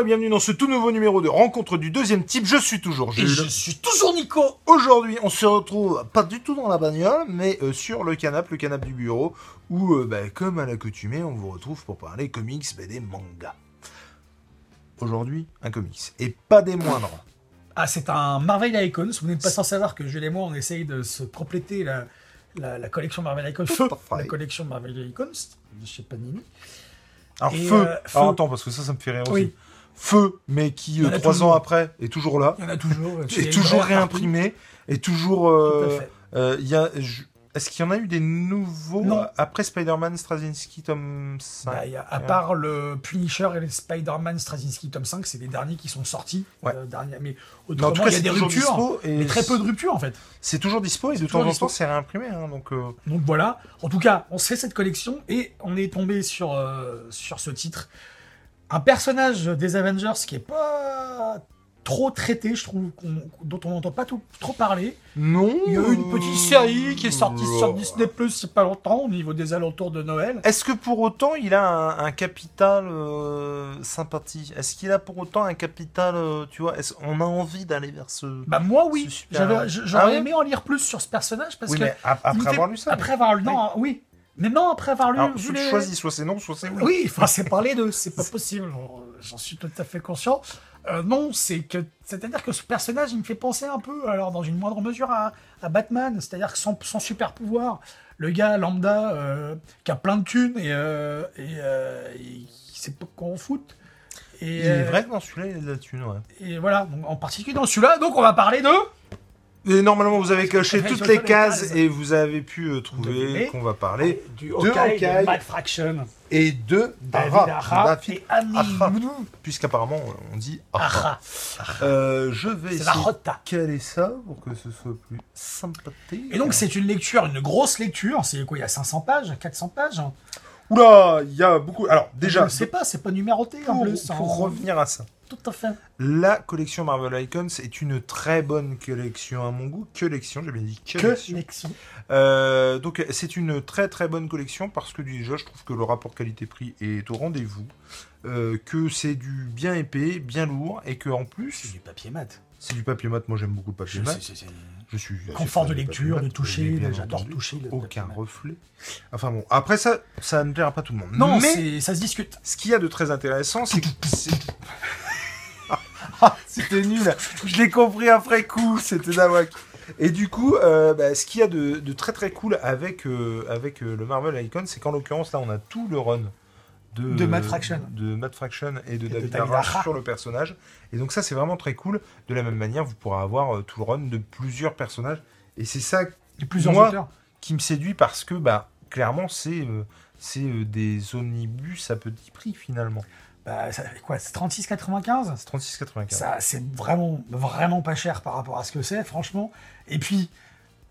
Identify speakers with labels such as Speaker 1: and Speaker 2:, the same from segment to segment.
Speaker 1: et bienvenue dans ce tout nouveau numéro de Rencontre du deuxième type. Je suis toujours
Speaker 2: Et
Speaker 1: Jules.
Speaker 2: je suis toujours Nico
Speaker 1: Aujourd'hui, on se retrouve pas du tout dans la bagnole, mais euh, sur le canapé, le canapé du bureau, où, euh, bah, comme à l'accoutumée, on vous retrouve pour parler comics, BD, manga. Aujourd'hui, un comics. Et pas des moindres.
Speaker 2: Ah, c'est un Marvel Icons. Vous n'êtes pas sans savoir que Jules et moi, on essaye de se compléter la, la, la collection Marvel Icons.
Speaker 1: Tout à fait.
Speaker 2: la collection Marvel Icons de chez Panini.
Speaker 1: Alors,
Speaker 2: Et,
Speaker 1: feu.
Speaker 2: euh,
Speaker 1: Alors,
Speaker 2: Feu.
Speaker 1: attends, parce que ça, ça me fait rire
Speaker 2: Oui.
Speaker 1: aussi. Feu, mais qui, euh,
Speaker 2: Il y en a
Speaker 1: trois ans
Speaker 2: toujours.
Speaker 1: après, est toujours là.
Speaker 2: Il y en a toujours.
Speaker 1: Est toujours réimprimé. Et toujours.
Speaker 2: Tout à
Speaker 1: euh,
Speaker 2: fait.
Speaker 1: Euh, il y a- je- Est-ce qu'il y en a eu des nouveaux
Speaker 2: Non.
Speaker 1: après Spider-Man Straczynski tome 5
Speaker 2: Bah, il y a- à part le Punisher et le Spider-Man Straczynski tome 5, c'est les derniers qui sont sortis.
Speaker 1: Ouais.
Speaker 2: euh, derniers- mais
Speaker 1: Mais
Speaker 2: autrement,
Speaker 1: en tout cas,
Speaker 2: il y a
Speaker 1: c'est
Speaker 2: des
Speaker 1: toujours
Speaker 2: ruptures.
Speaker 1: dispo. Et
Speaker 2: Mais très peu de ruptures en fait.
Speaker 1: C'est toujours dispo et de
Speaker 2: toujours
Speaker 1: temps en
Speaker 2: dispo.
Speaker 1: temps, c'est réimprimé. hein, donc, euh,
Speaker 2: Donc voilà, en tout cas, on se fait cette collection et on est tombé sur, euh, sur ce titre. Un personnage des Avengers qui est pas trop traité, je trouve, qu'on- dont on n'entend pas tout- trop parler.
Speaker 1: Non.
Speaker 2: Il y a eu une petite série qui est sortie
Speaker 1: euh,
Speaker 2: sur Disney Plus il n'y a pas longtemps, au niveau des alentours de Noël.
Speaker 1: Est-ce que pour autant il a un, un capital euh, sympathie Est-ce qu'il a pour autant un capital, euh, tu vois est-ce- On a envie d'aller vers ce.
Speaker 2: Bah moi oui,
Speaker 1: C'est super.
Speaker 2: J'avais- j-
Speaker 1: Ah
Speaker 2: j'aurais
Speaker 1: ouais
Speaker 2: aimé en lire plus sur ce personnage parce
Speaker 1: oui,
Speaker 2: que
Speaker 1: mais a-
Speaker 2: il me
Speaker 1: après
Speaker 2: fait-
Speaker 1: avoir lu ça.
Speaker 2: après avoir lu, non, hein, oui, mais non après avoir lu,
Speaker 1: Alors,
Speaker 2: vu
Speaker 1: soit tu
Speaker 2: les-
Speaker 1: choisis, soit c'est non, soit c'est oui.
Speaker 2: Oui, enfin, c'est parler de, c'est pas possible. J'en suis tout à fait conscient. Euh, non, c'est que, c'est-à-dire que ce personnage, il me fait penser un peu, alors dans une moindre mesure, à, à Batman. C'est-à-dire que son, son super pouvoir, le gars lambda euh, qui a plein de thunes et, euh, et, euh, et qui sait pas qu'on fout. Et,
Speaker 1: Il est
Speaker 2: euh,
Speaker 1: vrai que dans celui-là, il y a de la thune, ouais.
Speaker 2: et voilà, donc, en particulier dans celui-là. Donc, on va parler de.
Speaker 1: Et normalement, vous avez coché
Speaker 2: Vous avez
Speaker 1: toutes
Speaker 2: coché
Speaker 1: les
Speaker 2: les
Speaker 1: cases
Speaker 2: cases.
Speaker 1: et vous avez pu euh, trouver
Speaker 2: Devinez.
Speaker 1: qu'on va parler
Speaker 2: Du
Speaker 1: Hawkeye, de Hawkeye.
Speaker 2: Mad Fraction,
Speaker 1: et de
Speaker 2: David
Speaker 1: Dara,
Speaker 2: Ara
Speaker 1: David
Speaker 2: et Annie
Speaker 1: Ara.
Speaker 2: Mnou-
Speaker 1: puisqu'apparemment euh, on dit Ara.
Speaker 2: Ara.
Speaker 1: Euh, je vais
Speaker 2: C'est la
Speaker 1: essayer de
Speaker 2: Rotta.
Speaker 1: caler ça pour que ce soit plus sympathique.
Speaker 2: Et donc, c'est une lecture, une grosse lecture. C'est quoi Il y a 500 pages, 400 pages. hein.
Speaker 1: Oula, il y a beaucoup. Alors
Speaker 2: je
Speaker 1: déjà,
Speaker 2: le sais pas, c'est pas numéroté en
Speaker 1: pour,
Speaker 2: plus. hein.
Speaker 1: pour revenir à ça,
Speaker 2: Tout à fait.
Speaker 1: la collection Marvel Icons est une très bonne collection à mon goût. Collection, j'ai bien dit collection.
Speaker 2: Lexi.
Speaker 1: Euh, donc c'est une très très bonne collection parce que déjà je trouve que le rapport qualité-prix est au rendez-vous, euh, que c'est du bien épais, bien lourd et que en plus
Speaker 2: du papier mat.
Speaker 1: c'est du papier mat. Moi j'aime beaucoup le papier mat. Je suis assez
Speaker 2: Confort
Speaker 1: fan
Speaker 2: de
Speaker 1: du
Speaker 2: lecture,
Speaker 1: papier
Speaker 2: de
Speaker 1: mat, mais
Speaker 2: toucher,
Speaker 1: bien
Speaker 2: de- j'adore
Speaker 1: entendu,
Speaker 2: toucher. le
Speaker 1: Aucun
Speaker 2: papier mat.
Speaker 1: reflet. Enfin bon, après ça, ça ne plaira pas tout le monde.
Speaker 2: Non,
Speaker 1: mais
Speaker 2: c'est- ça se discute.
Speaker 1: ce qu'il y a de très intéressant, c'est que c'est- Ah, c'était nul. Je l'ai compris après coup, c'était Nawak. Et du coup, euh, bah, ce qu'il y a de, de très très cool avec, euh, avec euh, le Marvel Icon, c'est qu'en l'occurrence, là, on a tout le run de,
Speaker 2: De Matt Fraction.
Speaker 1: de Matt Fraction et de
Speaker 2: de
Speaker 1: David
Speaker 2: David
Speaker 1: Arras
Speaker 2: Arras.
Speaker 1: sur le personnage. Et donc ça, c'est vraiment très cool. De la même manière, vous pourrez avoir euh, tout le run de plusieurs personnages. Et c'est ça
Speaker 2: Et plusieurs
Speaker 1: Moi,
Speaker 2: auteurs.
Speaker 1: qui me séduit parce que, bah, clairement, c'est euh, c'est, euh, des omnibus à petit prix, finalement.
Speaker 2: Bah, ça fait quoi C'est 36,95
Speaker 1: C'est 36,95.
Speaker 2: Ça, c'est vraiment, vraiment pas cher par rapport à ce que c'est, franchement. Et puis.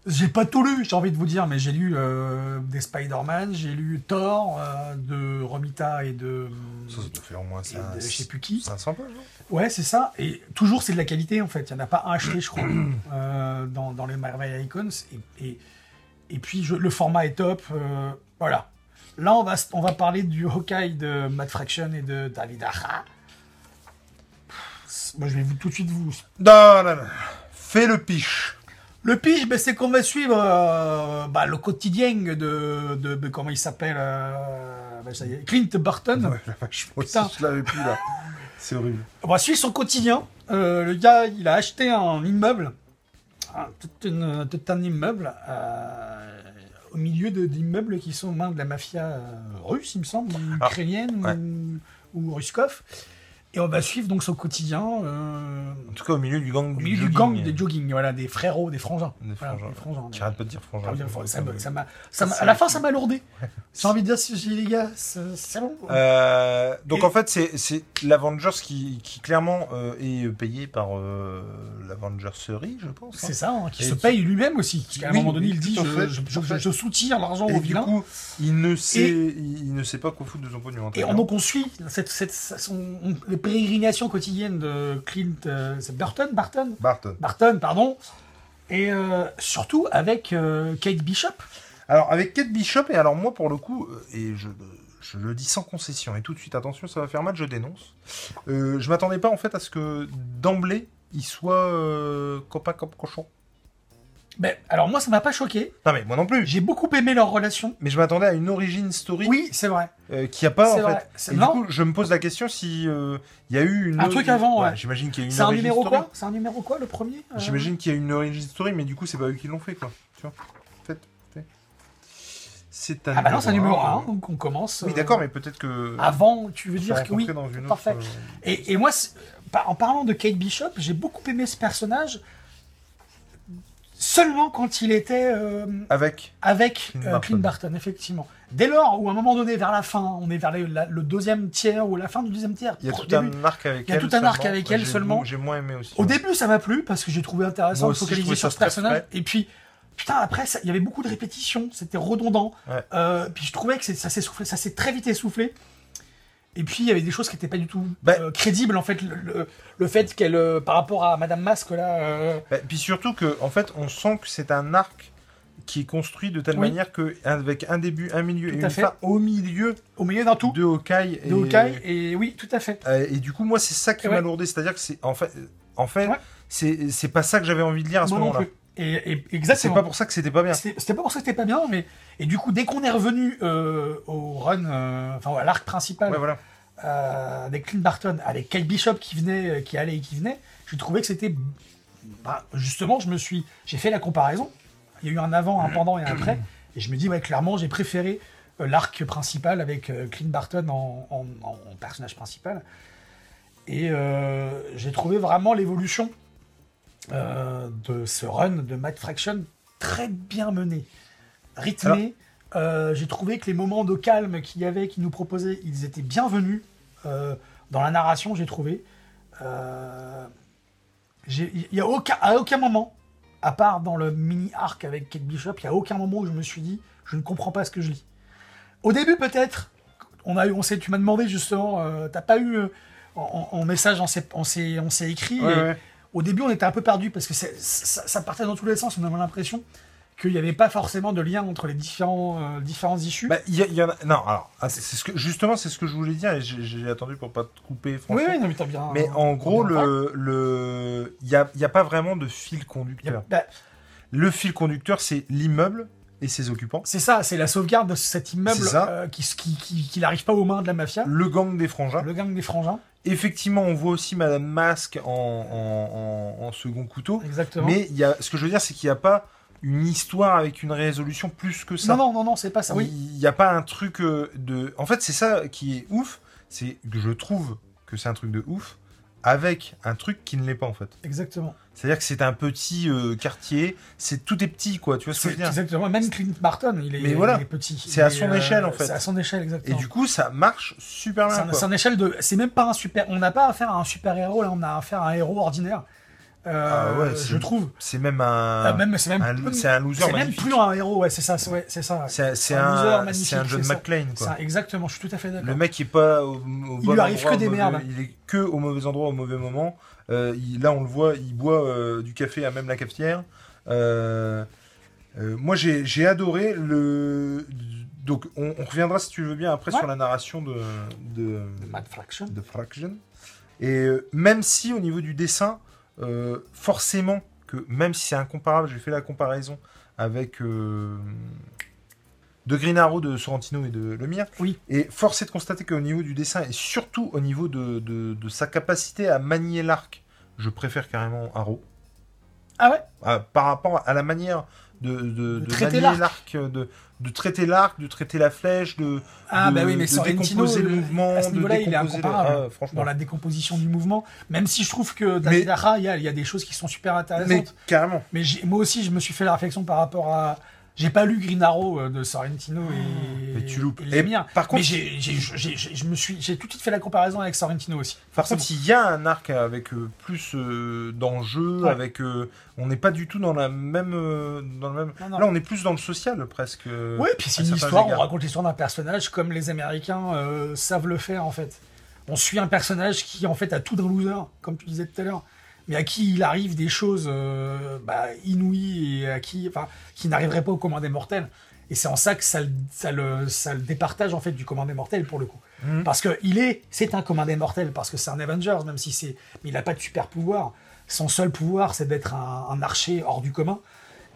Speaker 2: J'ai pas tout lu, j'ai envie de vous dire, mais j'ai lu euh, des Spider-Man, j'ai lu Thor euh, de Romita et de.
Speaker 1: Ça, ça doit faire au moins
Speaker 2: et de-
Speaker 1: Ah, ça,
Speaker 2: je sais plus qui.
Speaker 1: 500 pages. non
Speaker 2: Ouais, c'est ça. Et toujours, c'est de la qualité, en fait. Il n'y en a pas un acheté, je crois, euh, dans, dans les Marvel Icons. Et, et, et puis, je- le format est top. euh, voilà. Là, on va, s- on va parler du Hawkeye de Matt Fraction et de David Ara. Moi, je vais vous, tout de suite vous...
Speaker 1: Non, non, non. Fais le piche.
Speaker 2: Le pitch, ben, c'est qu'on va suivre euh, bah, le quotidien de, de- de- Comment il s'appelle euh, ben, ça y est, Clint Burton.
Speaker 1: Ouais, la vache, moi aussi,
Speaker 2: Putain.
Speaker 1: je l'avais plus, là. C'est horrible.
Speaker 2: On va suivre son quotidien. Euh, le gars, il a acheté un immeuble, un- tout, une- tout un immeuble, euh, au milieu de- d'immeubles qui sont aux mains de la mafia euh, russe, il me semble, ou
Speaker 1: Ah,
Speaker 2: ukrainienne
Speaker 1: ouais.
Speaker 2: ou, ou ruskov. Et on va suivre donc son quotidien euh,
Speaker 1: En tout cas, au milieu du gang
Speaker 2: au
Speaker 1: du
Speaker 2: milieu du
Speaker 1: jogging,
Speaker 2: gang
Speaker 1: euh,
Speaker 2: des jogging, voilà, des frérots, des frangins.
Speaker 1: Des
Speaker 2: Voilà,
Speaker 1: frangins.
Speaker 2: des frangins.
Speaker 1: qui arrête pas de dire frangin.
Speaker 2: Ah oui, enfin, ça me- ça m'a- ça
Speaker 1: Ça,
Speaker 2: m'a-
Speaker 1: c'est
Speaker 2: à la
Speaker 1: le
Speaker 2: fin,
Speaker 1: film.
Speaker 2: ça m'a lourdé. J'ai envie de dire, si les gars, c'est c'est bon.
Speaker 1: Euh, donc
Speaker 2: Et-
Speaker 1: en fait, c'est- c'est l'Avengers qui, qui clairement euh, est payé par euh, l'Avengerserie, je pense. hein.
Speaker 2: C'est ça, hein, qui
Speaker 1: Et
Speaker 2: se
Speaker 1: qui-
Speaker 2: paye lui-même aussi. Parce qu'à un
Speaker 1: Oui,
Speaker 2: moment donné,
Speaker 1: oui,
Speaker 2: il dit
Speaker 1: tout à
Speaker 2: je,
Speaker 1: fait,
Speaker 2: je-
Speaker 1: tout à
Speaker 2: je-
Speaker 1: fait.
Speaker 2: je soutiens l'argent
Speaker 1: Et
Speaker 2: au
Speaker 1: du
Speaker 2: vilain.
Speaker 1: coup, il ne sait, il, il ne sait pas qu'au foot de son pognon. hein,
Speaker 2: et
Speaker 1: très
Speaker 2: on-
Speaker 1: bien.
Speaker 2: donc on suit cette, cette, son- on- les pérégrinations quotidiennes de Clint euh, c'est Burton, Barton,
Speaker 1: Barton.
Speaker 2: Barton, pardon. Et euh, surtout avec euh, Kate Bishop.
Speaker 1: Alors avec Kate Bishop et alors moi pour le coup euh, et je euh, Je le dis sans concession. Et tout de suite, attention, ça va faire mal, je dénonce. Euh, je m'attendais pas en fait à ce que d'emblée, il soit euh, copain comme cochon.
Speaker 2: Ben, alors moi, ça m'a pas choqué.
Speaker 1: Non mais moi non plus.
Speaker 2: J'ai beaucoup aimé leur relation.
Speaker 1: Mais je m'attendais à une origin story
Speaker 2: Oui, c'est vrai.
Speaker 1: euh, qui a pas en
Speaker 2: C'est
Speaker 1: fait.
Speaker 2: vrai. C'est-
Speaker 1: Et du
Speaker 2: non.
Speaker 1: coup, je me pose la question si euh, il y a eu une
Speaker 2: Un truc avant, ouais.
Speaker 1: J'imagine qu'il y a une
Speaker 2: C'est un
Speaker 1: origin
Speaker 2: numéro
Speaker 1: story.
Speaker 2: quoi C'est un numéro quoi le premier Euh,
Speaker 1: J'imagine qu'il y a une origin story, mais du coup, c'est pas eux qui l'ont fait, quoi. Tu vois Faites- faites. C'est un
Speaker 2: Ah bah non, c'est un numéro
Speaker 1: un,
Speaker 2: 1, donc on commence.
Speaker 1: Oui,
Speaker 2: euh,
Speaker 1: d'accord, mais peut-être que.
Speaker 2: Avant, tu veux
Speaker 1: se
Speaker 2: dire que oui.
Speaker 1: rencontrer dans une autre,
Speaker 2: Parfait.
Speaker 1: euh,
Speaker 2: Et, et moi, c'est- par- en parlant de Kate Bishop, j'ai beaucoup aimé ce personnage seulement quand il était euh,
Speaker 1: Avec.
Speaker 2: avec
Speaker 1: Clint
Speaker 2: euh,
Speaker 1: Barton.
Speaker 2: Clint Barton, effectivement. Dès lors, où à un moment donné, vers la fin, on est vers les- la- le deuxième tiers ou la fin du deuxième tiers,
Speaker 1: Il y a
Speaker 2: pro-
Speaker 1: tout
Speaker 2: début.
Speaker 1: un arc avec
Speaker 2: Il y a
Speaker 1: elle.
Speaker 2: tout un arc
Speaker 1: seulement.
Speaker 2: avec
Speaker 1: Ouais,
Speaker 2: elle
Speaker 1: j'ai-
Speaker 2: seulement.
Speaker 1: J'ai moins aimé aussi.
Speaker 2: Au
Speaker 1: ouais.
Speaker 2: début, ça m'a plu parce que j'ai trouvé intéressant
Speaker 1: Moi
Speaker 2: de
Speaker 1: aussi, je
Speaker 2: focaliser
Speaker 1: trouvais
Speaker 2: sur
Speaker 1: ça
Speaker 2: ce
Speaker 1: très
Speaker 2: personnage. Et puis, putain, après, ça- il y avait beaucoup de répétitions, c'était redondant.
Speaker 1: Ouais.
Speaker 2: Euh, puis je trouvais que c'est- ça s'est soufflé- ça s'est très vite essoufflé. Et puis, il y avait des choses qui n'étaient pas du tout
Speaker 1: Bah-
Speaker 2: euh, crédibles, en fait. Le, le- le fait qu'elle, euh, par rapport à Madame Masque, là. euh,
Speaker 1: Bah, puis surtout que, en fait, on sent que c'est un arc qui est construit de telle
Speaker 2: Oui.
Speaker 1: manière que avec un début, un milieu
Speaker 2: Tout
Speaker 1: et
Speaker 2: à
Speaker 1: une
Speaker 2: fait.
Speaker 1: fin au milieu
Speaker 2: au milieu d'un tout,
Speaker 1: de Hawkeye. Et...
Speaker 2: de Hawkeye, et oui, tout à fait.
Speaker 1: Euh, et du coup, moi, c'est ça qui
Speaker 2: Ouais.
Speaker 1: m'a lourdé. C'est-à-dire que c'est en fait, en fait,
Speaker 2: Ouais.
Speaker 1: c'est c'est pas ça que j'avais envie de lire à ce
Speaker 2: Moi non
Speaker 1: moment-là.
Speaker 2: plus. Et, et-
Speaker 1: C'est
Speaker 2: exactement.
Speaker 1: pas pour ça que c'était pas bien.
Speaker 2: C'était c'était pas pour ça que c'était pas bien, mais. Et du coup, dès qu'on est revenu euh, au run, euh, enfin, à l'arc principal,
Speaker 1: Ouais, voilà.
Speaker 2: euh, avec Clint Barton, avec Kate Bishop qui venait, euh, qui allait et qui venait, je trouvais que c'était, bah, justement, je me suis, j'ai fait la comparaison. Il y a eu un avant, un pendant et un après, et je me dis ouais, clairement, j'ai préféré euh, l'arc principal avec euh, Clint Barton en, en- en- en personnage principal, et euh, j'ai trouvé vraiment l'évolution euh, de ce run de Matt Fraction très bien mené, rythmé.
Speaker 1: Alors-
Speaker 2: Euh, j'ai trouvé que les moments de calme qu'il y avait, qu'il nous proposait, ils étaient bienvenus euh, dans la narration, j'ai trouvé. Euh, j'ai- Il n'y a aucun, à aucun moment, à part dans le mini-arc avec Kate Bishop, il n'y a aucun moment où je me suis dit, je ne comprends pas ce que je lis. Au début, peut-être, on a eu, on s'est, tu m'as demandé justement, euh, t'as pas eu, euh, en, en- en message, on s'est, on s'est, on s'est écrit,
Speaker 1: Ouais,
Speaker 2: et
Speaker 1: ouais.
Speaker 2: au début, on était un peu perdu parce que c'est- ça, ça partait dans tous les sens. On avait l'impression qu'il n'y avait pas forcément de lien entre les différents, euh, différentes issues.
Speaker 1: Bah, il y a- il y en a- Non, alors, ah, c'est c'est ce que justement, c'est ce que je voulais dire. Et j'ai- j'ai attendu pour pas te couper,
Speaker 2: oui,
Speaker 1: franchement.
Speaker 2: oui, non, mais t'as bien.
Speaker 1: Mais en gros,
Speaker 2: t'as bien
Speaker 1: le, le, il y a, il y a pas vraiment de fil
Speaker 2: Il y a-
Speaker 1: conducteur.
Speaker 2: bah,
Speaker 1: Le fil conducteur, c'est l'immeuble et ses occupants,
Speaker 2: c'est ça, c'est la sauvegarde de cet immeuble
Speaker 1: C'est ça.
Speaker 2: euh, qui, qui, qui, qui n'arrive pas aux mains de la mafia,
Speaker 1: le gang des frangins.
Speaker 2: le gang des frangins.
Speaker 1: Effectivement, on voit aussi Madame Masque en, en- en- en second couteau.
Speaker 2: Exactement.
Speaker 1: Mais il y a, ce que je veux dire, c'est qu'il n'y a pas une histoire avec une résolution plus que ça.
Speaker 2: non, non, non, non, c'est pas ça. Oui,
Speaker 1: Il n'y a pas un truc euh, de. En fait, c'est ça qui est ouf. C'est que je trouve que c'est un truc de ouf avec un truc qui ne l'est pas en fait.
Speaker 2: exactement.
Speaker 1: C'est-à-dire que c'est un petit euh, quartier, c'est tout est petit quoi, tu vois ce que je
Speaker 2: C'est
Speaker 1: veux dire
Speaker 2: exactement. Même Clint Barton, il est,
Speaker 1: Mais voilà.
Speaker 2: il est petit.
Speaker 1: C'est
Speaker 2: Il
Speaker 1: à
Speaker 2: est, euh,
Speaker 1: son échelle, en fait.
Speaker 2: C'est à son échelle, exactement.
Speaker 1: Et du coup, ça marche super
Speaker 2: C'est
Speaker 1: bien.
Speaker 2: un,
Speaker 1: quoi.
Speaker 2: c'est un échelle de. C'est même pas un super. On n'a pas affaire à un super héros, là, on a affaire à un héros ordinaire. Euh,
Speaker 1: Ah ouais, c'est-
Speaker 2: je trouve.
Speaker 1: C'est même un,
Speaker 2: Ah, même, c'est même,
Speaker 1: un-
Speaker 2: plus-
Speaker 1: c'est un loser
Speaker 2: c'est même
Speaker 1: magnifique.
Speaker 2: plus un héros, ouais, c'est ça, c'est ouais, c'est ça.
Speaker 1: C'est un, c'est
Speaker 2: un loser
Speaker 1: un,
Speaker 2: magnifique,
Speaker 1: c'est un John
Speaker 2: c'est ça.
Speaker 1: McClane
Speaker 2: C'est
Speaker 1: quoi.
Speaker 2: un- exactement, je suis tout à fait d'accord.
Speaker 1: Le mec il est pas au, au bon
Speaker 2: lui arrive
Speaker 1: endroit,
Speaker 2: que
Speaker 1: au
Speaker 2: des
Speaker 1: mauvais-
Speaker 2: merdes.
Speaker 1: Il est que au mauvais endroit au mauvais moment. Euh, il- là on le voit, il boit euh, du café à même la cafetière. Euh, euh, moi j'ai j'ai adoré le. Donc on, on reviendra si tu veux bien après
Speaker 2: Ouais.
Speaker 1: sur la narration de- de,
Speaker 2: De Mad Fraction.
Speaker 1: de Fraction. Et euh, même si au niveau du dessin, euh, forcément que même si c'est incomparable, j'ai fait la comparaison avec euh, de Green Arrow, de Sorrentino et de Lemire.
Speaker 2: Oui.
Speaker 1: Et force est de constater qu'au niveau du dessin et surtout au niveau de, de- de sa capacité à manier l'arc, je préfère carrément Arrow.
Speaker 2: Ah ouais
Speaker 1: Ah, par rapport à la manière de, de, de
Speaker 2: traiter
Speaker 1: manier l'arc, euh, de, de traiter l'arc, de traiter la flèche, de,
Speaker 2: Ah
Speaker 1: de-
Speaker 2: bah oui, mais
Speaker 1: de
Speaker 2: Sorrentino,
Speaker 1: décomposer le
Speaker 2: le-
Speaker 1: mouvement,
Speaker 2: à ce
Speaker 1: de
Speaker 2: niveau-là, il est
Speaker 1: décomposer le-
Speaker 2: incomparable.
Speaker 1: Ah, franchement.
Speaker 2: Dans la décomposition du mouvement, même si je trouve que David
Speaker 1: Mais-
Speaker 2: Lara, il y, a- il y a des choses qui sont super
Speaker 1: Mais
Speaker 2: intéressantes.
Speaker 1: carrément.
Speaker 2: Mais, j'ai- moi aussi, je me suis fait la réflexion par rapport à. J'ai pas lu Green Arrow euh, de Sorrentino et.
Speaker 1: Mais tu loupes.
Speaker 2: et
Speaker 1: Et
Speaker 2: Lemire.
Speaker 1: par contre-
Speaker 2: mais j'ai, j'ai- j'ai- j'ai- je me suis, j'ai tout de suite fait la comparaison avec Sorrentino aussi.
Speaker 1: Par
Speaker 2: C'est
Speaker 1: contre, il y a un arc avec euh, plus euh, d'enjeux,
Speaker 2: Ouais.
Speaker 1: avec euh, on n'est pas du tout dans la même euh, dans le même.
Speaker 2: Non, non.
Speaker 1: Là, on est plus dans le social presque. euh,
Speaker 2: Oui, puis c'est
Speaker 1: à
Speaker 2: une
Speaker 1: certains
Speaker 2: histoire, on
Speaker 1: égards.
Speaker 2: raconte l'histoire d'un personnage comme les Américains euh, savent le faire en fait. On suit un personnage qui en fait a tout d'un loser, comme tu disais tout à l'heure, mais à qui il arrive des choses euh, bah, inouïes et à qui, enfin, qui n'arriverait pas au commun des mortels. Et c'est en ça que ça, le- ça le, ça le départage en fait du commandé mortel pour le coup.
Speaker 3: Mhm.
Speaker 2: Parce que il est, c'est un commandé mortel parce que c'est un Avengers, même si c'est, mais il n'a pas de super pouvoir. Son seul pouvoir, c'est d'être un, un archer hors du commun.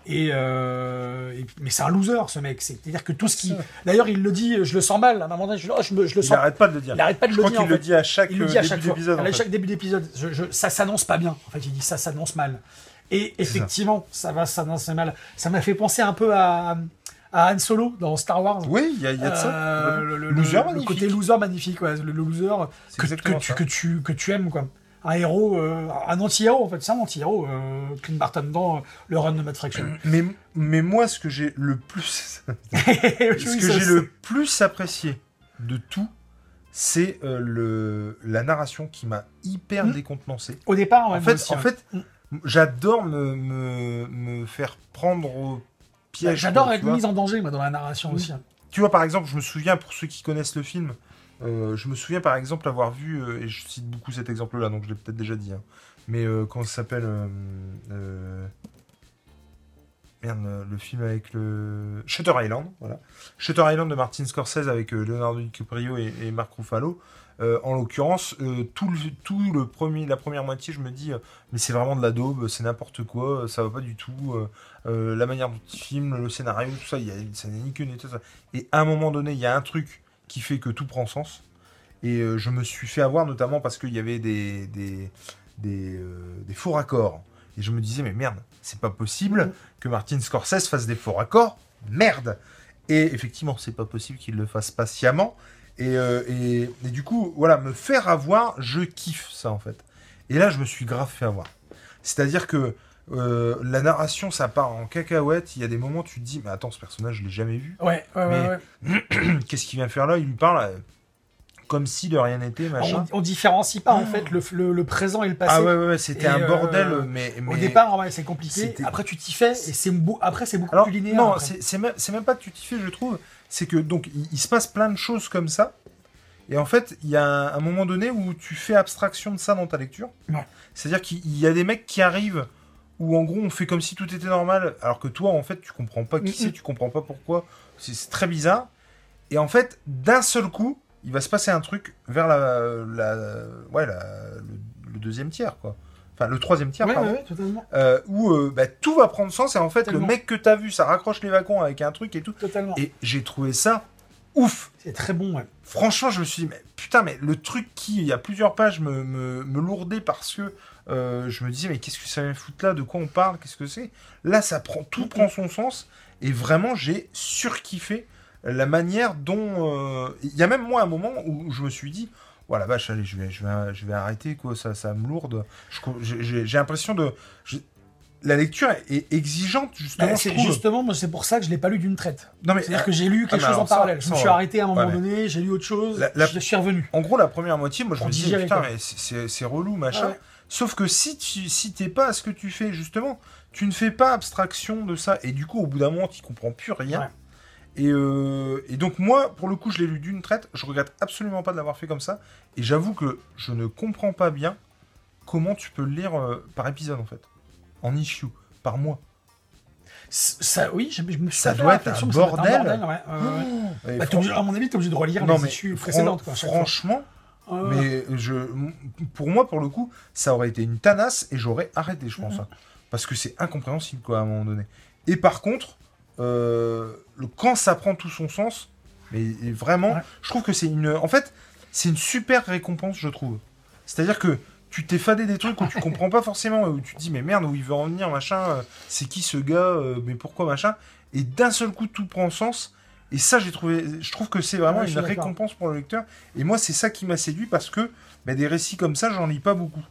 Speaker 2: Et, euh, et- mais c'est un loser ce mec. C'est-à-dire que tout ce qui, d'ailleurs, il le dit, euh, je le sens mal. À un moment donné, je, oh, je me- je le
Speaker 1: Il
Speaker 2: sens
Speaker 1: n'arrête pas de le dire.
Speaker 2: il arrête pas de
Speaker 1: Je
Speaker 2: le
Speaker 1: crois
Speaker 2: dire,
Speaker 1: qu'il
Speaker 2: en
Speaker 1: le
Speaker 2: fait.
Speaker 1: dit à chaque
Speaker 2: il le dit à
Speaker 1: euh,
Speaker 2: chaque
Speaker 1: début
Speaker 2: fois.
Speaker 1: d'épisode.
Speaker 2: À
Speaker 1: en fait.
Speaker 2: chaque début d'épisode, je- je- ça s'annonce pas bien. En fait, il dit ça s'annonce mal. Et effectivement, ça va s'annoncer mal. Ça m'a fait penser un peu à, à Han Solo dans Star Wars.
Speaker 1: Oui, il y a, il y a de ça.
Speaker 2: Euh, le, le-
Speaker 1: Loser
Speaker 2: le- le
Speaker 1: magnifique.
Speaker 2: côté loser magnifique, ouais, le, le loser
Speaker 1: C'est
Speaker 2: que,
Speaker 1: exactement
Speaker 2: que tu,
Speaker 1: ça.
Speaker 2: que, tu, que tu aimes. Quoi. Un héros, euh, un anti-héros en fait, c'est un anti-héros. euh, Clint Barton dans euh, le run de Mad Fraction.
Speaker 1: Mais, mais moi, ce que j'ai le plus, ce que j'ai le plus apprécié de tout, c'est euh, le la narration qui m'a hyper
Speaker 2: Mm.
Speaker 1: décontenancé.
Speaker 2: Au départ, ouais,
Speaker 1: En
Speaker 2: moi
Speaker 1: fait,
Speaker 2: aussi, hein.
Speaker 1: en
Speaker 2: ouais.
Speaker 1: fait, j'adore me, me, me faire prendre au piège.
Speaker 2: Bah, j'adore
Speaker 1: quoi,
Speaker 2: être
Speaker 1: tu vois.
Speaker 2: mise en danger moi, dans la narration
Speaker 1: Oui.
Speaker 2: aussi. hein.
Speaker 1: Tu vois, par exemple, je me souviens, pour ceux qui connaissent le film, euh, je me souviens par exemple avoir vu, euh, et je cite beaucoup cet exemple-là, donc je l'ai peut-être déjà dit, hein, mais euh, comment ça s'appelle euh, euh, Merde, le, le film avec le. Shutter Island, voilà. Shutter Island de Martin Scorsese avec euh, Leonardo DiCaprio et, et Mark Ruffalo. Euh, en l'occurrence, euh, tout, le, tout le premier, la première moitié, je me dis, euh, mais c'est vraiment de la daube, c'est n'importe quoi, euh, ça va pas du tout. euh, euh, la manière dont il filme, le scénario, tout ça, il y a, ça n'est ni queue ni tête, ça. Et à un moment donné, il y a un truc qui fait que tout prend sens. Et euh, je me suis fait avoir notamment parce qu'il y avait des, des, des, euh, des faux raccords. Et je me disais, mais merde, c'est pas possible que Martin Scorsese fasse des faux raccords. Merde Et effectivement, c'est pas possible qu'il le fasse patiemment. Et, euh, et, et du coup, voilà, me faire avoir, je kiffe ça en fait. Et là, je me suis grave fait avoir. C'est-à-dire que euh, la narration, ça part en cacahuète. Il y a des moments, tu te dis, mais attends, ce personnage, je l'ai jamais vu
Speaker 2: Ouais, ouais, ouais,
Speaker 1: Mais-
Speaker 2: ouais.
Speaker 1: qu'est-ce qu'il vient faire là Il lui parle euh, comme si de rien n'était, machin.
Speaker 2: On, on différencie pas en fait le, le- le présent et le passé.
Speaker 1: ah ouais, ouais, ouais, c'était
Speaker 2: Et,
Speaker 1: un
Speaker 2: euh,
Speaker 1: bordel, mais, mais...
Speaker 2: Au départ, ouais, c'est compliqué.
Speaker 1: C'était-
Speaker 2: Après, tu t'y fais et c'est beau- après c'est beaucoup
Speaker 1: Alors,
Speaker 2: plus linéaire.
Speaker 1: non,
Speaker 2: après.
Speaker 1: c'est c'est même, c'est même pas que tu t'y fais, je trouve. C'est que, donc, il, il se passe plein de choses comme ça. Et en fait, il y a un, un moment donné où tu fais abstraction de ça dans ta lecture.
Speaker 2: Ouais.
Speaker 1: C'est-à-dire qu'il il y a des mecs qui arrivent où, en gros, on fait comme si tout était normal, alors que toi, en fait, tu comprends pas qui
Speaker 2: Mhm.
Speaker 1: c'est, tu comprends pas pourquoi. C'est c'est très bizarre. Et en fait, d'un seul coup, il va se passer un truc vers la, la- ouais, la- le, le deuxième tiers, quoi. Enfin, le troisième tiers,
Speaker 2: Ouais,
Speaker 1: pardon
Speaker 2: ouais, ouais, totalement,
Speaker 1: euh, où euh, bah, tout va prendre sens et en fait
Speaker 2: Tellement.
Speaker 1: le mec que t'as vu ça raccroche les wagons avec un truc et tout
Speaker 2: totalement.
Speaker 1: et j'ai trouvé ça ouf
Speaker 2: C'est très bon. Ouais.
Speaker 1: franchement je me suis dit mais putain mais le truc qui il y a plusieurs pages me, me, me lourdait parce que euh, je me disais mais qu'est-ce que ça vient foutre là de quoi on parle qu'est-ce que c'est là ça prend tout prend son sens et vraiment j'ai surkiffé la manière dont euh, il y a même moi un moment où je me suis dit voilà vache allez je vais je vais je vais arrêter quoi ça ça me lourde Je co- j'ai- j'ai j'ai l'impression de je- la lecture est exigeante justement
Speaker 2: Bah,
Speaker 1: je
Speaker 2: c'est
Speaker 1: trouve.
Speaker 2: justement, moi, c'est pour ça que je l'ai pas lu d'une traite.
Speaker 1: non mais
Speaker 2: C'est-à-dire que j'ai lu
Speaker 1: Ah,
Speaker 2: quelque
Speaker 1: mais
Speaker 2: chose
Speaker 1: alors
Speaker 2: en
Speaker 1: ça,
Speaker 2: parallèle. Je
Speaker 1: ça,
Speaker 2: me suis
Speaker 1: ouais.
Speaker 2: arrêté à un moment
Speaker 1: Ouais, mais-
Speaker 2: donné, j'ai lu autre chose,
Speaker 1: La- la-
Speaker 2: je suis revenu.
Speaker 1: En gros, la première moitié, moi, je
Speaker 2: On
Speaker 1: me disais,
Speaker 2: digère,
Speaker 1: putain,
Speaker 2: quoi.
Speaker 1: mais c'est- c'est c'est relou, machin.
Speaker 2: Ah ouais.
Speaker 1: Sauf que si tu si t'es pas à ce que tu fais, justement, tu ne fais pas abstraction de ça. Et du coup, au bout d'un moment, tu comprends plus rien.
Speaker 2: Ouais.
Speaker 1: Et, euh, et donc, moi, pour le coup, je l'ai lu d'une traite. Je regrette absolument pas de l'avoir fait comme ça. Et j'avoue que je ne comprends pas bien comment tu peux le lire euh, par épisode, en fait. En issue, par mois.
Speaker 2: C- Ça, oui, je, je me suis
Speaker 1: Ça
Speaker 2: fait
Speaker 1: doit
Speaker 2: la
Speaker 1: être un
Speaker 2: réflexion que ça doit être un
Speaker 1: bordel.
Speaker 2: bordel, ouais, ouais, ouais.
Speaker 1: Et
Speaker 2: Bah, t'es
Speaker 1: fran-
Speaker 2: obligé- à mon avis, t'es obligé de relire
Speaker 1: non,
Speaker 2: les
Speaker 1: mais
Speaker 2: issues
Speaker 1: fran-
Speaker 2: précédentes. Quoi, à chaque fois.
Speaker 1: franchement,
Speaker 2: Ouais, ouais.
Speaker 1: Mais je, pour moi, pour le coup, ça aurait été une tanasse et j'aurais arrêté, je pense.
Speaker 2: Mhm.
Speaker 1: hein. Parce que c'est incompréhensible, quoi, à un moment donné. Et par contre, euh, le, quand ça prend tout son sens, mais et vraiment,
Speaker 2: Ouais.
Speaker 1: je trouve que c'est une. En fait, c'est une super récompense, je trouve. C'est-à-dire que tu t'es fadé des trucs où tu comprends pas forcément, où tu te dis, mais merde, où il veut en venir, machin, euh, c'est qui ce gars, euh, mais pourquoi, machin. Et d'un seul coup, tout prend sens. Et ça, j'ai trouvé. Je trouve que c'est vraiment
Speaker 2: Ouais, je suis
Speaker 1: une
Speaker 2: d'accord.
Speaker 1: récompense pour le lecteur. Et moi, c'est ça qui m'a séduit parce que bah, des récits comme ça, j'en lis pas beaucoup.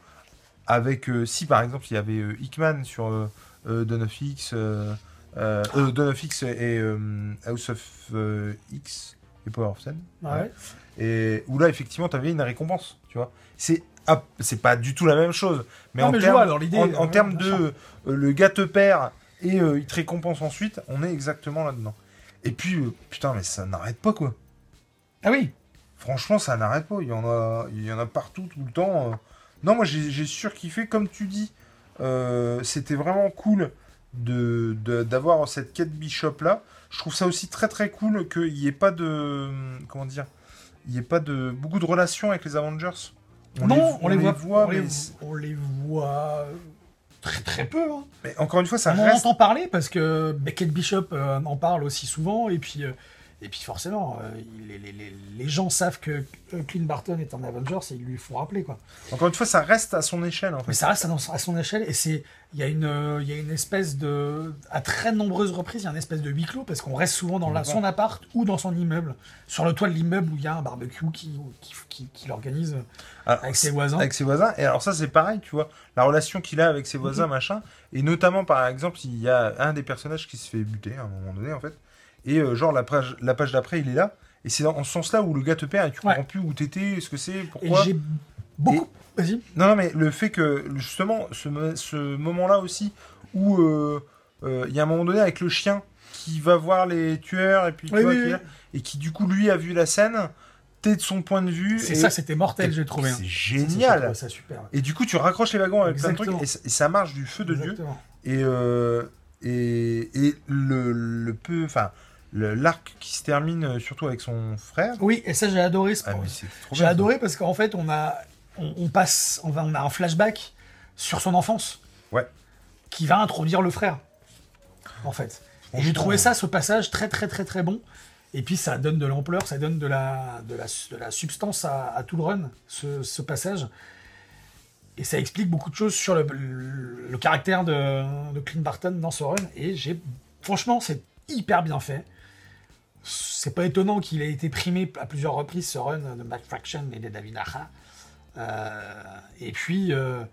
Speaker 1: Avec euh, si par exemple il y avait euh, Hickman sur euh, euh, Dawn of X, euh, euh, euh, Dawn of X et euh, House of euh, X et Power of Ten,
Speaker 2: Ouais.
Speaker 1: et où là effectivement t'avais une récompense, tu vois. C'est ah, c'est pas du tout la même chose, mais
Speaker 2: Non,
Speaker 1: en
Speaker 2: mais je
Speaker 1: termes
Speaker 2: vois, dans l'idée,
Speaker 1: en- en
Speaker 2: ouais,
Speaker 1: termes
Speaker 2: bien
Speaker 1: de
Speaker 2: sûr.
Speaker 1: euh, le gars te perd et euh, il te récompense ensuite, on est exactement là-dedans. Et puis euh, putain mais ça n'arrête pas quoi.
Speaker 2: Ah oui,
Speaker 1: Franchement, ça n'arrête pas. Il y en a, il y en a partout, tout le temps. Euh, Non, moi, j'ai j'ai surkiffé, comme tu dis. Euh, C'était vraiment cool de de- d'avoir cette quête bishop là. Je trouve ça aussi très très cool qu'il n'y ait pas de comment dire, il n'y ait pas de beaucoup de relations avec les Avengers.
Speaker 2: non, on les, voit, on,
Speaker 1: mais,
Speaker 2: les, on les voit très très peu. hein.
Speaker 1: mais encore une fois, ça
Speaker 2: on en
Speaker 1: reste.
Speaker 2: entend parler parce que Beckett Bishop euh, en parle aussi souvent et puis euh, et puis forcément euh, il- les, les- les- les gens savent que euh, Clint Barton est un Avengers et ils lui font rappeler quoi.
Speaker 1: Encore une fois, ça reste à son échelle. En fait.
Speaker 2: Mais ça reste à à son échelle et c'est il y a une euh, il y a une espèce de à très nombreuses reprises il y a une espèce de huis clos parce qu'on reste souvent dans la- son appart ou dans son immeuble sur le toit de l'immeuble où il y a un barbecue qui qui, qui- qui l'organise
Speaker 1: Alors,
Speaker 2: avec ses voisins.
Speaker 1: Ah, avec ses voisins. Et alors ça, c'est pareil, tu vois, la relation qu'il a
Speaker 2: Mhm.
Speaker 1: avec ses voisins, machin. Et notamment, par exemple, il y a un des personnages qui se fait buter à un moment donné, en fait. Et euh, genre, la page, la page d'après, il est là. Et c'est dans- en ce sens-là où le gars te perd et tu
Speaker 2: Ouais.
Speaker 1: comprends plus où t'étais, ce que c'est,
Speaker 2: Et
Speaker 1: pourquoi.
Speaker 2: j'ai beaucoup vas-y.
Speaker 1: Non, non, mais le fait que, justement, ce, mo- ce moment-là aussi, où euh, euh, il y a un moment donné avec le chien qui va voir les tueurs et puis tu
Speaker 2: Oui,
Speaker 1: vois,
Speaker 2: oui,
Speaker 1: qui est
Speaker 2: oui.
Speaker 1: là, et qui du coup lui a vu la scène t'es de son point de vue
Speaker 2: C'est
Speaker 1: et-
Speaker 2: ça c'était mortel j'ai trouvé. hein.
Speaker 1: c'est
Speaker 2: Ça, j'ai
Speaker 1: génial
Speaker 2: trouvé ça super.
Speaker 1: et du coup, tu raccroches les wagons avec plein de
Speaker 2: Exactement.
Speaker 1: trucs et, ça- et ça marche du feu de Dieu.
Speaker 2: Exactement.
Speaker 1: Et, euh, et, et le, le peu, enfin, le- l'arc qui se termine euh, surtout avec son frère.
Speaker 2: Oui, et ça j'ai adoré. ce
Speaker 1: Ah,
Speaker 2: point.
Speaker 1: mais c'était trop
Speaker 2: j'ai
Speaker 1: bien, ça.
Speaker 2: adoré parce qu'en fait on a, on, on passe, on, va- on a un flashback sur son enfance.
Speaker 1: Ouais.
Speaker 2: Qui va introduire le frère. En fait. Et j'ai trouvé ça, ce passage très très très très bon. Et puis ça donne de l'ampleur, ça donne de la, de la, de la substance à, à tout le run, ce, ce passage. Et ça explique beaucoup de choses sur le, le- le caractère de, de Clint Barton dans ce run. Et j'ai, franchement, c'est hyper bien fait. C'est pas étonnant qu'il ait été primé à plusieurs reprises ce run de Matt Fraction et de David Aja. Euh, et puis, euh,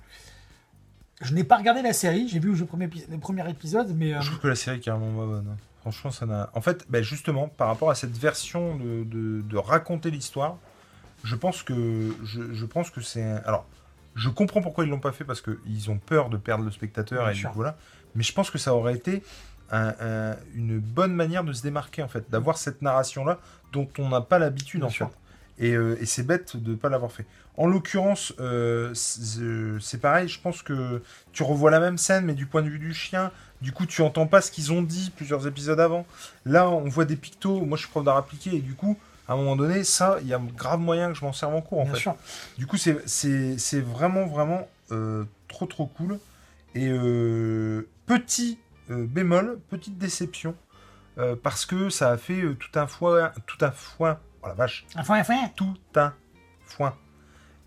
Speaker 2: je n'ai pas regardé la série, j'ai vu le premier, épi- le premier épisode, mais euh,
Speaker 1: Je trouve que la série est carrément pas bonne. hein. Franchement, ça n'a. En fait, ben, justement, par rapport à cette version de, de- de raconter l'histoire, je pense que je, je pense que c'est. un- Alors, je comprends pourquoi ils l'ont pas fait parce qu'ils ont peur de perdre le spectateur
Speaker 2: Bien
Speaker 1: et du
Speaker 2: sûr.
Speaker 1: coup, voilà. Mais je pense que ça aurait été un- un- une bonne manière de se démarquer en fait, d'avoir cette narration là dont on n'a pas l'habitude
Speaker 2: Bien
Speaker 1: en
Speaker 2: sûr.
Speaker 1: fait. Et, euh, et c'est bête de ne pas l'avoir fait. En l'occurrence, euh, c'est euh, c'est pareil, je pense que tu revois la même scène, mais du point de vue du chien, du coup, tu entends pas ce qu'ils ont dit plusieurs épisodes avant. Là, on voit des pictos. Moi, je suis prof d'art appliqué. Et du coup, à un moment donné, ça, il y a grave moyen que je m'en serve en cours. En
Speaker 2: bien
Speaker 1: fait.
Speaker 2: sûr.
Speaker 1: Du coup, c'est- c'est c'est vraiment, vraiment euh, trop, trop cool. Et euh, petit euh, bémol, petite déception. euh, parce que ça a fait euh, tout un foin. Tout un foin. Oh la vache
Speaker 2: Enfin, enfin.
Speaker 1: tout un foin.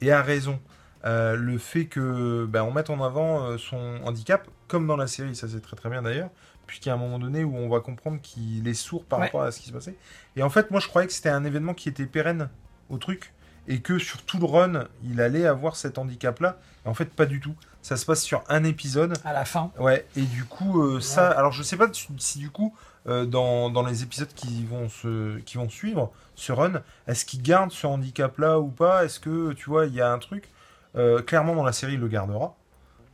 Speaker 1: Et à raison. Euh, le fait que ben, on mette en avant euh, son handicap, comme dans la série, ça c'est très très bien d'ailleurs, puisqu'il y a un moment donné où on va comprendre qu'il est sourd par
Speaker 2: Ouais.
Speaker 1: rapport à ce qui se passait. Et en fait, moi je croyais que c'était un événement qui était pérenne au truc, et que sur tout le run, il allait avoir cet handicap-là. Et En fait, pas du tout. Ça se passe sur un épisode,
Speaker 2: à la fin.
Speaker 1: Ouais, et du coup, euh, ça. Alors, je sais pas si, si du coup, euh, dans, dans les épisodes qui vont, se, qui vont suivre ce run, est-ce qu'ils gardent ce handicap-là ou pas Est-ce que, tu vois, il y a un truc Euh, Clairement, dans la série, il le gardera.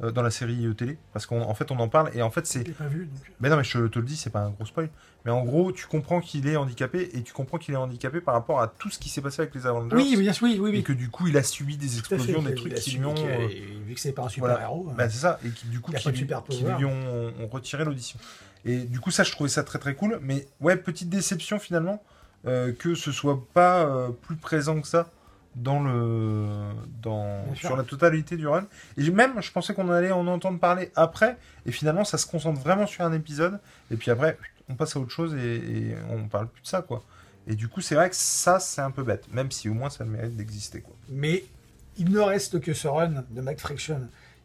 Speaker 1: Euh, dans la série euh, télé. Parce qu'en en fait, on en parle. Et en fait, c'est.
Speaker 2: Je l'ai pas vu. donc.
Speaker 1: Mais non, mais je te le dis, c'est pas un gros spoil. Mais en gros, tu comprends qu'il est handicapé. Et tu comprends qu'il est handicapé par rapport à tout ce qui s'est passé avec les Avengers.
Speaker 2: Oui, bien sûr, oui, oui,
Speaker 1: euh, Et
Speaker 2: oui.
Speaker 1: que du coup, il a subi des
Speaker 2: Tout à fait,
Speaker 1: explosions, des
Speaker 2: qu'il-
Speaker 1: trucs
Speaker 2: il a
Speaker 1: qui lui
Speaker 2: subi
Speaker 1: ont.
Speaker 2: qu'il-
Speaker 1: euh,
Speaker 2: Vu que c'est pas un hein. super
Speaker 1: voilà.
Speaker 2: héros.
Speaker 1: bah, c'est ça, et qui, du coup,
Speaker 2: Y a
Speaker 1: qui,
Speaker 2: pas de
Speaker 1: lui,
Speaker 2: super
Speaker 1: qui
Speaker 2: pouvoir.
Speaker 1: lui ont, ont retiré l'audition. Et du coup, ça, je trouvais ça très très cool. Mais ouais, petite déception finalement euh, que ce soit pas euh, plus présent que ça dans le dans
Speaker 2: Bien
Speaker 1: sur
Speaker 2: sûr.
Speaker 1: la totalité du run. Et j'ai- même, je pensais qu'on allait en entendre parler après, et finalement, ça se concentre vraiment sur un épisode. Et puis après, on passe à autre chose et, et on parle plus de ça, quoi. Et du coup, c'est vrai que ça, c'est un peu bête, même si au moins ça mérite d'exister, quoi.
Speaker 2: Mais il ne reste que ce run de Mac Fraction.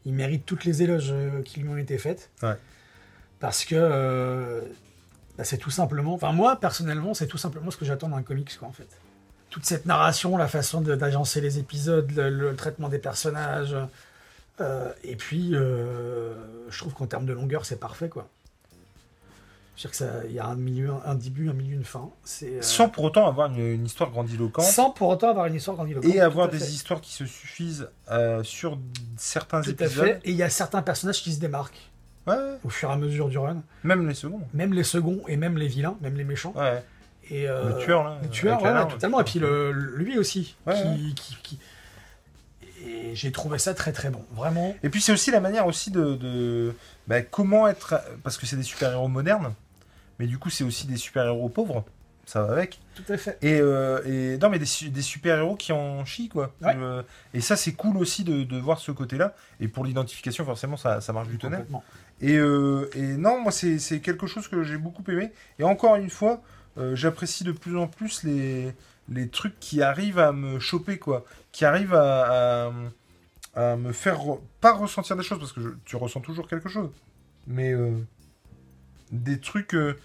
Speaker 2: Il mérite toutes les éloges euh, qui lui ont été faites.
Speaker 1: Ouais.
Speaker 2: Parce que euh, bah, c'est tout simplement. Enfin, moi, personnellement, c'est tout simplement ce que j'attends d'un comics, quoi, en fait. Toute cette narration, la façon de- d'agencer les épisodes, le, le traitement des personnages. euh, et puis, euh, je trouve qu'en termes de longueur, c'est parfait, quoi. C'est-à-dire qu'il y a un, milieu, un début, un milieu, une fin. C'est, euh,
Speaker 1: Sans pour autant avoir une, une histoire grandiloquente.
Speaker 2: sans pour autant avoir une histoire grandiloquente.
Speaker 1: et
Speaker 2: Oh, tout
Speaker 1: avoir
Speaker 2: à fait.
Speaker 1: des histoires qui se suffisent euh, sur d- certains
Speaker 2: Tout à
Speaker 1: épisodes.
Speaker 2: fait. Et il y a certains personnages qui se démarquent
Speaker 1: Ouais,
Speaker 2: au fur et à mesure du run.
Speaker 1: même les seconds.
Speaker 2: Même les seconds et même les vilains, même les méchants.
Speaker 1: Ouais.
Speaker 2: Et, euh,
Speaker 1: le tueur là.
Speaker 2: Le tueur,
Speaker 1: avec
Speaker 2: ouais,
Speaker 1: la
Speaker 2: ouais,
Speaker 1: larme,
Speaker 2: totalement. Et puis le- lui aussi.
Speaker 1: Ouais,
Speaker 2: qui,
Speaker 1: ouais.
Speaker 2: qui- qui- Et j'ai trouvé ça très très bon, vraiment.
Speaker 1: Et puis c'est aussi la manière aussi de, de- bah, comment être parce que c'est des super héros modernes, mais du coup c'est aussi des super héros pauvres, ça va avec.
Speaker 2: Tout à fait.
Speaker 1: Et, euh, et- non mais des, su- des super héros qui en chient quoi.
Speaker 2: Ouais.
Speaker 1: Euh, et ça c'est cool aussi de, de voir ce côté-là. Et pour l'identification forcément ça, ça marche du tonnerre.
Speaker 2: Complètement.
Speaker 1: Et, euh, et non, moi, c'est c'est quelque chose que j'ai beaucoup aimé. Et encore une fois, euh, j'apprécie de plus en plus les, les trucs qui arrivent à me choper, quoi. Qui arrivent à, à, à me faire re- pas ressentir des choses, parce que je- tu ressens toujours quelque chose. Mais euh, des trucs, euh,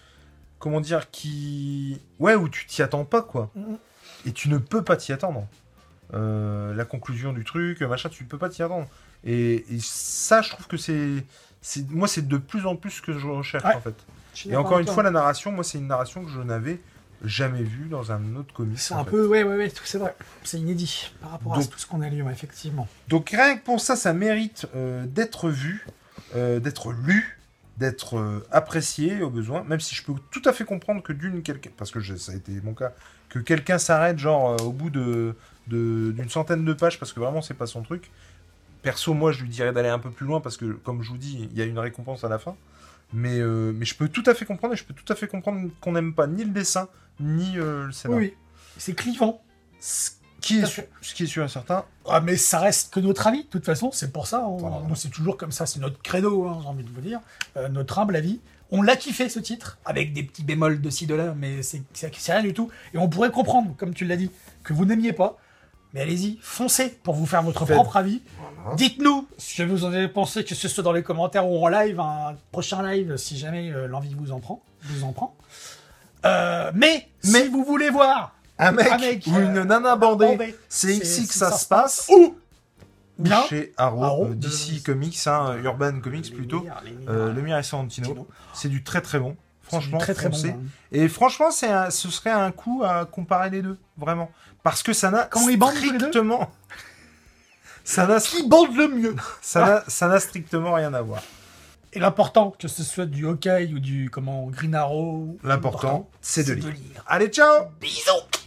Speaker 1: comment dire, qui. Ouais, où tu t'y attends pas, quoi.
Speaker 2: Mhm.
Speaker 1: Et tu ne peux pas t'y attendre. Euh, la conclusion du truc, machin, tu ne peux pas t'y attendre. Et- et ça, je trouve que c'est c'est- moi c'est de plus en plus ce que je recherche
Speaker 2: Ouais.
Speaker 1: en fait.
Speaker 2: Je suis
Speaker 1: Et
Speaker 2: d'accord
Speaker 1: encore
Speaker 2: avec
Speaker 1: une
Speaker 2: toi.
Speaker 1: fois la narration, moi c'est une narration que je n'avais jamais vue dans un autre comics.
Speaker 2: c'est
Speaker 1: en
Speaker 2: un
Speaker 1: fait.
Speaker 2: peu, ouais, ouais, ouais, tout- c'est vrai. C'est inédit par rapport à
Speaker 1: Donc-
Speaker 2: tout ce qu'on a lu, ouais, effectivement.
Speaker 1: Donc rien que pour ça, ça mérite euh, d'être vu, euh, d'être lu, d'être euh, apprécié au besoin. Même si je peux tout à fait comprendre que d'une quelqu'un, parce que je- ça a été mon cas, que quelqu'un s'arrête genre euh, au bout de de- d'une centaine de pages parce que vraiment c'est pas son truc. Perso, moi je lui dirais d'aller un peu plus loin parce que comme je vous dis, il y a une récompense à la fin. Mais, euh, mais je peux tout à fait comprendre et je peux tout à fait comprendre qu'on n'aime pas ni le dessin ni euh, le scénario.
Speaker 2: Oui, c'est clivant.
Speaker 1: Ce, qui est
Speaker 2: Tout à
Speaker 1: sûr, ce qui est sûr et certain,
Speaker 2: Ah, mais ça reste que notre avis, de toute façon, c'est pour ça. on-
Speaker 1: Voilà.
Speaker 2: Nous, c'est toujours comme ça, c'est notre credo, hein, j'ai envie de vous dire, euh, notre humble avis. On l'a kiffé ce titre, avec des petits bémols de ci, de là, mais c'est c'est- c'est rien du tout. Et on pourrait comprendre, comme tu l'as dit, que vous n'aimiez pas. Mais allez-y, foncez pour vous faire votre
Speaker 1: Faites.
Speaker 2: propre avis.
Speaker 1: Voilà.
Speaker 2: Dites-nous si vous en avez pensé, que ce soit dans les commentaires ou en live, un prochain live, si jamais euh, l'envie vous en prend. Vous en prend. Euh, mais,
Speaker 1: Mais-
Speaker 2: si vous voulez voir
Speaker 1: un mec,
Speaker 2: Un mec,
Speaker 1: ou une
Speaker 2: euh,
Speaker 1: nana bandée,
Speaker 2: bandée,
Speaker 1: c'est ici
Speaker 2: c'est-
Speaker 1: que
Speaker 2: c'est
Speaker 1: ça
Speaker 2: ça.
Speaker 1: se passe.
Speaker 2: ou
Speaker 1: Ou
Speaker 2: bien
Speaker 1: chez Arrow,
Speaker 2: Arrow,
Speaker 1: euh,
Speaker 2: de-
Speaker 1: DC Comics, hein, euh, Urban Comics plutôt. Euh, Lemire et Sorrentino. C'est du très très bon. hein. Franchement,
Speaker 2: très très
Speaker 1: foncez.
Speaker 2: bon.
Speaker 1: Et franchement, c'est un- ce serait un coup à comparer les deux, vraiment. Parce que ça n'a
Speaker 2: Comment ils bandent tous les deux
Speaker 1: strictement... Ça n'a
Speaker 2: Qui bande le mieux
Speaker 1: ça n'a- ça n'a strictement rien à voir.
Speaker 2: Et l'important, que ce soit du Hawkeye ou du comment Green Arrow.
Speaker 1: L'important, c'est de
Speaker 2: de
Speaker 1: lire.
Speaker 2: lire.
Speaker 1: Allez, ciao
Speaker 2: Bisous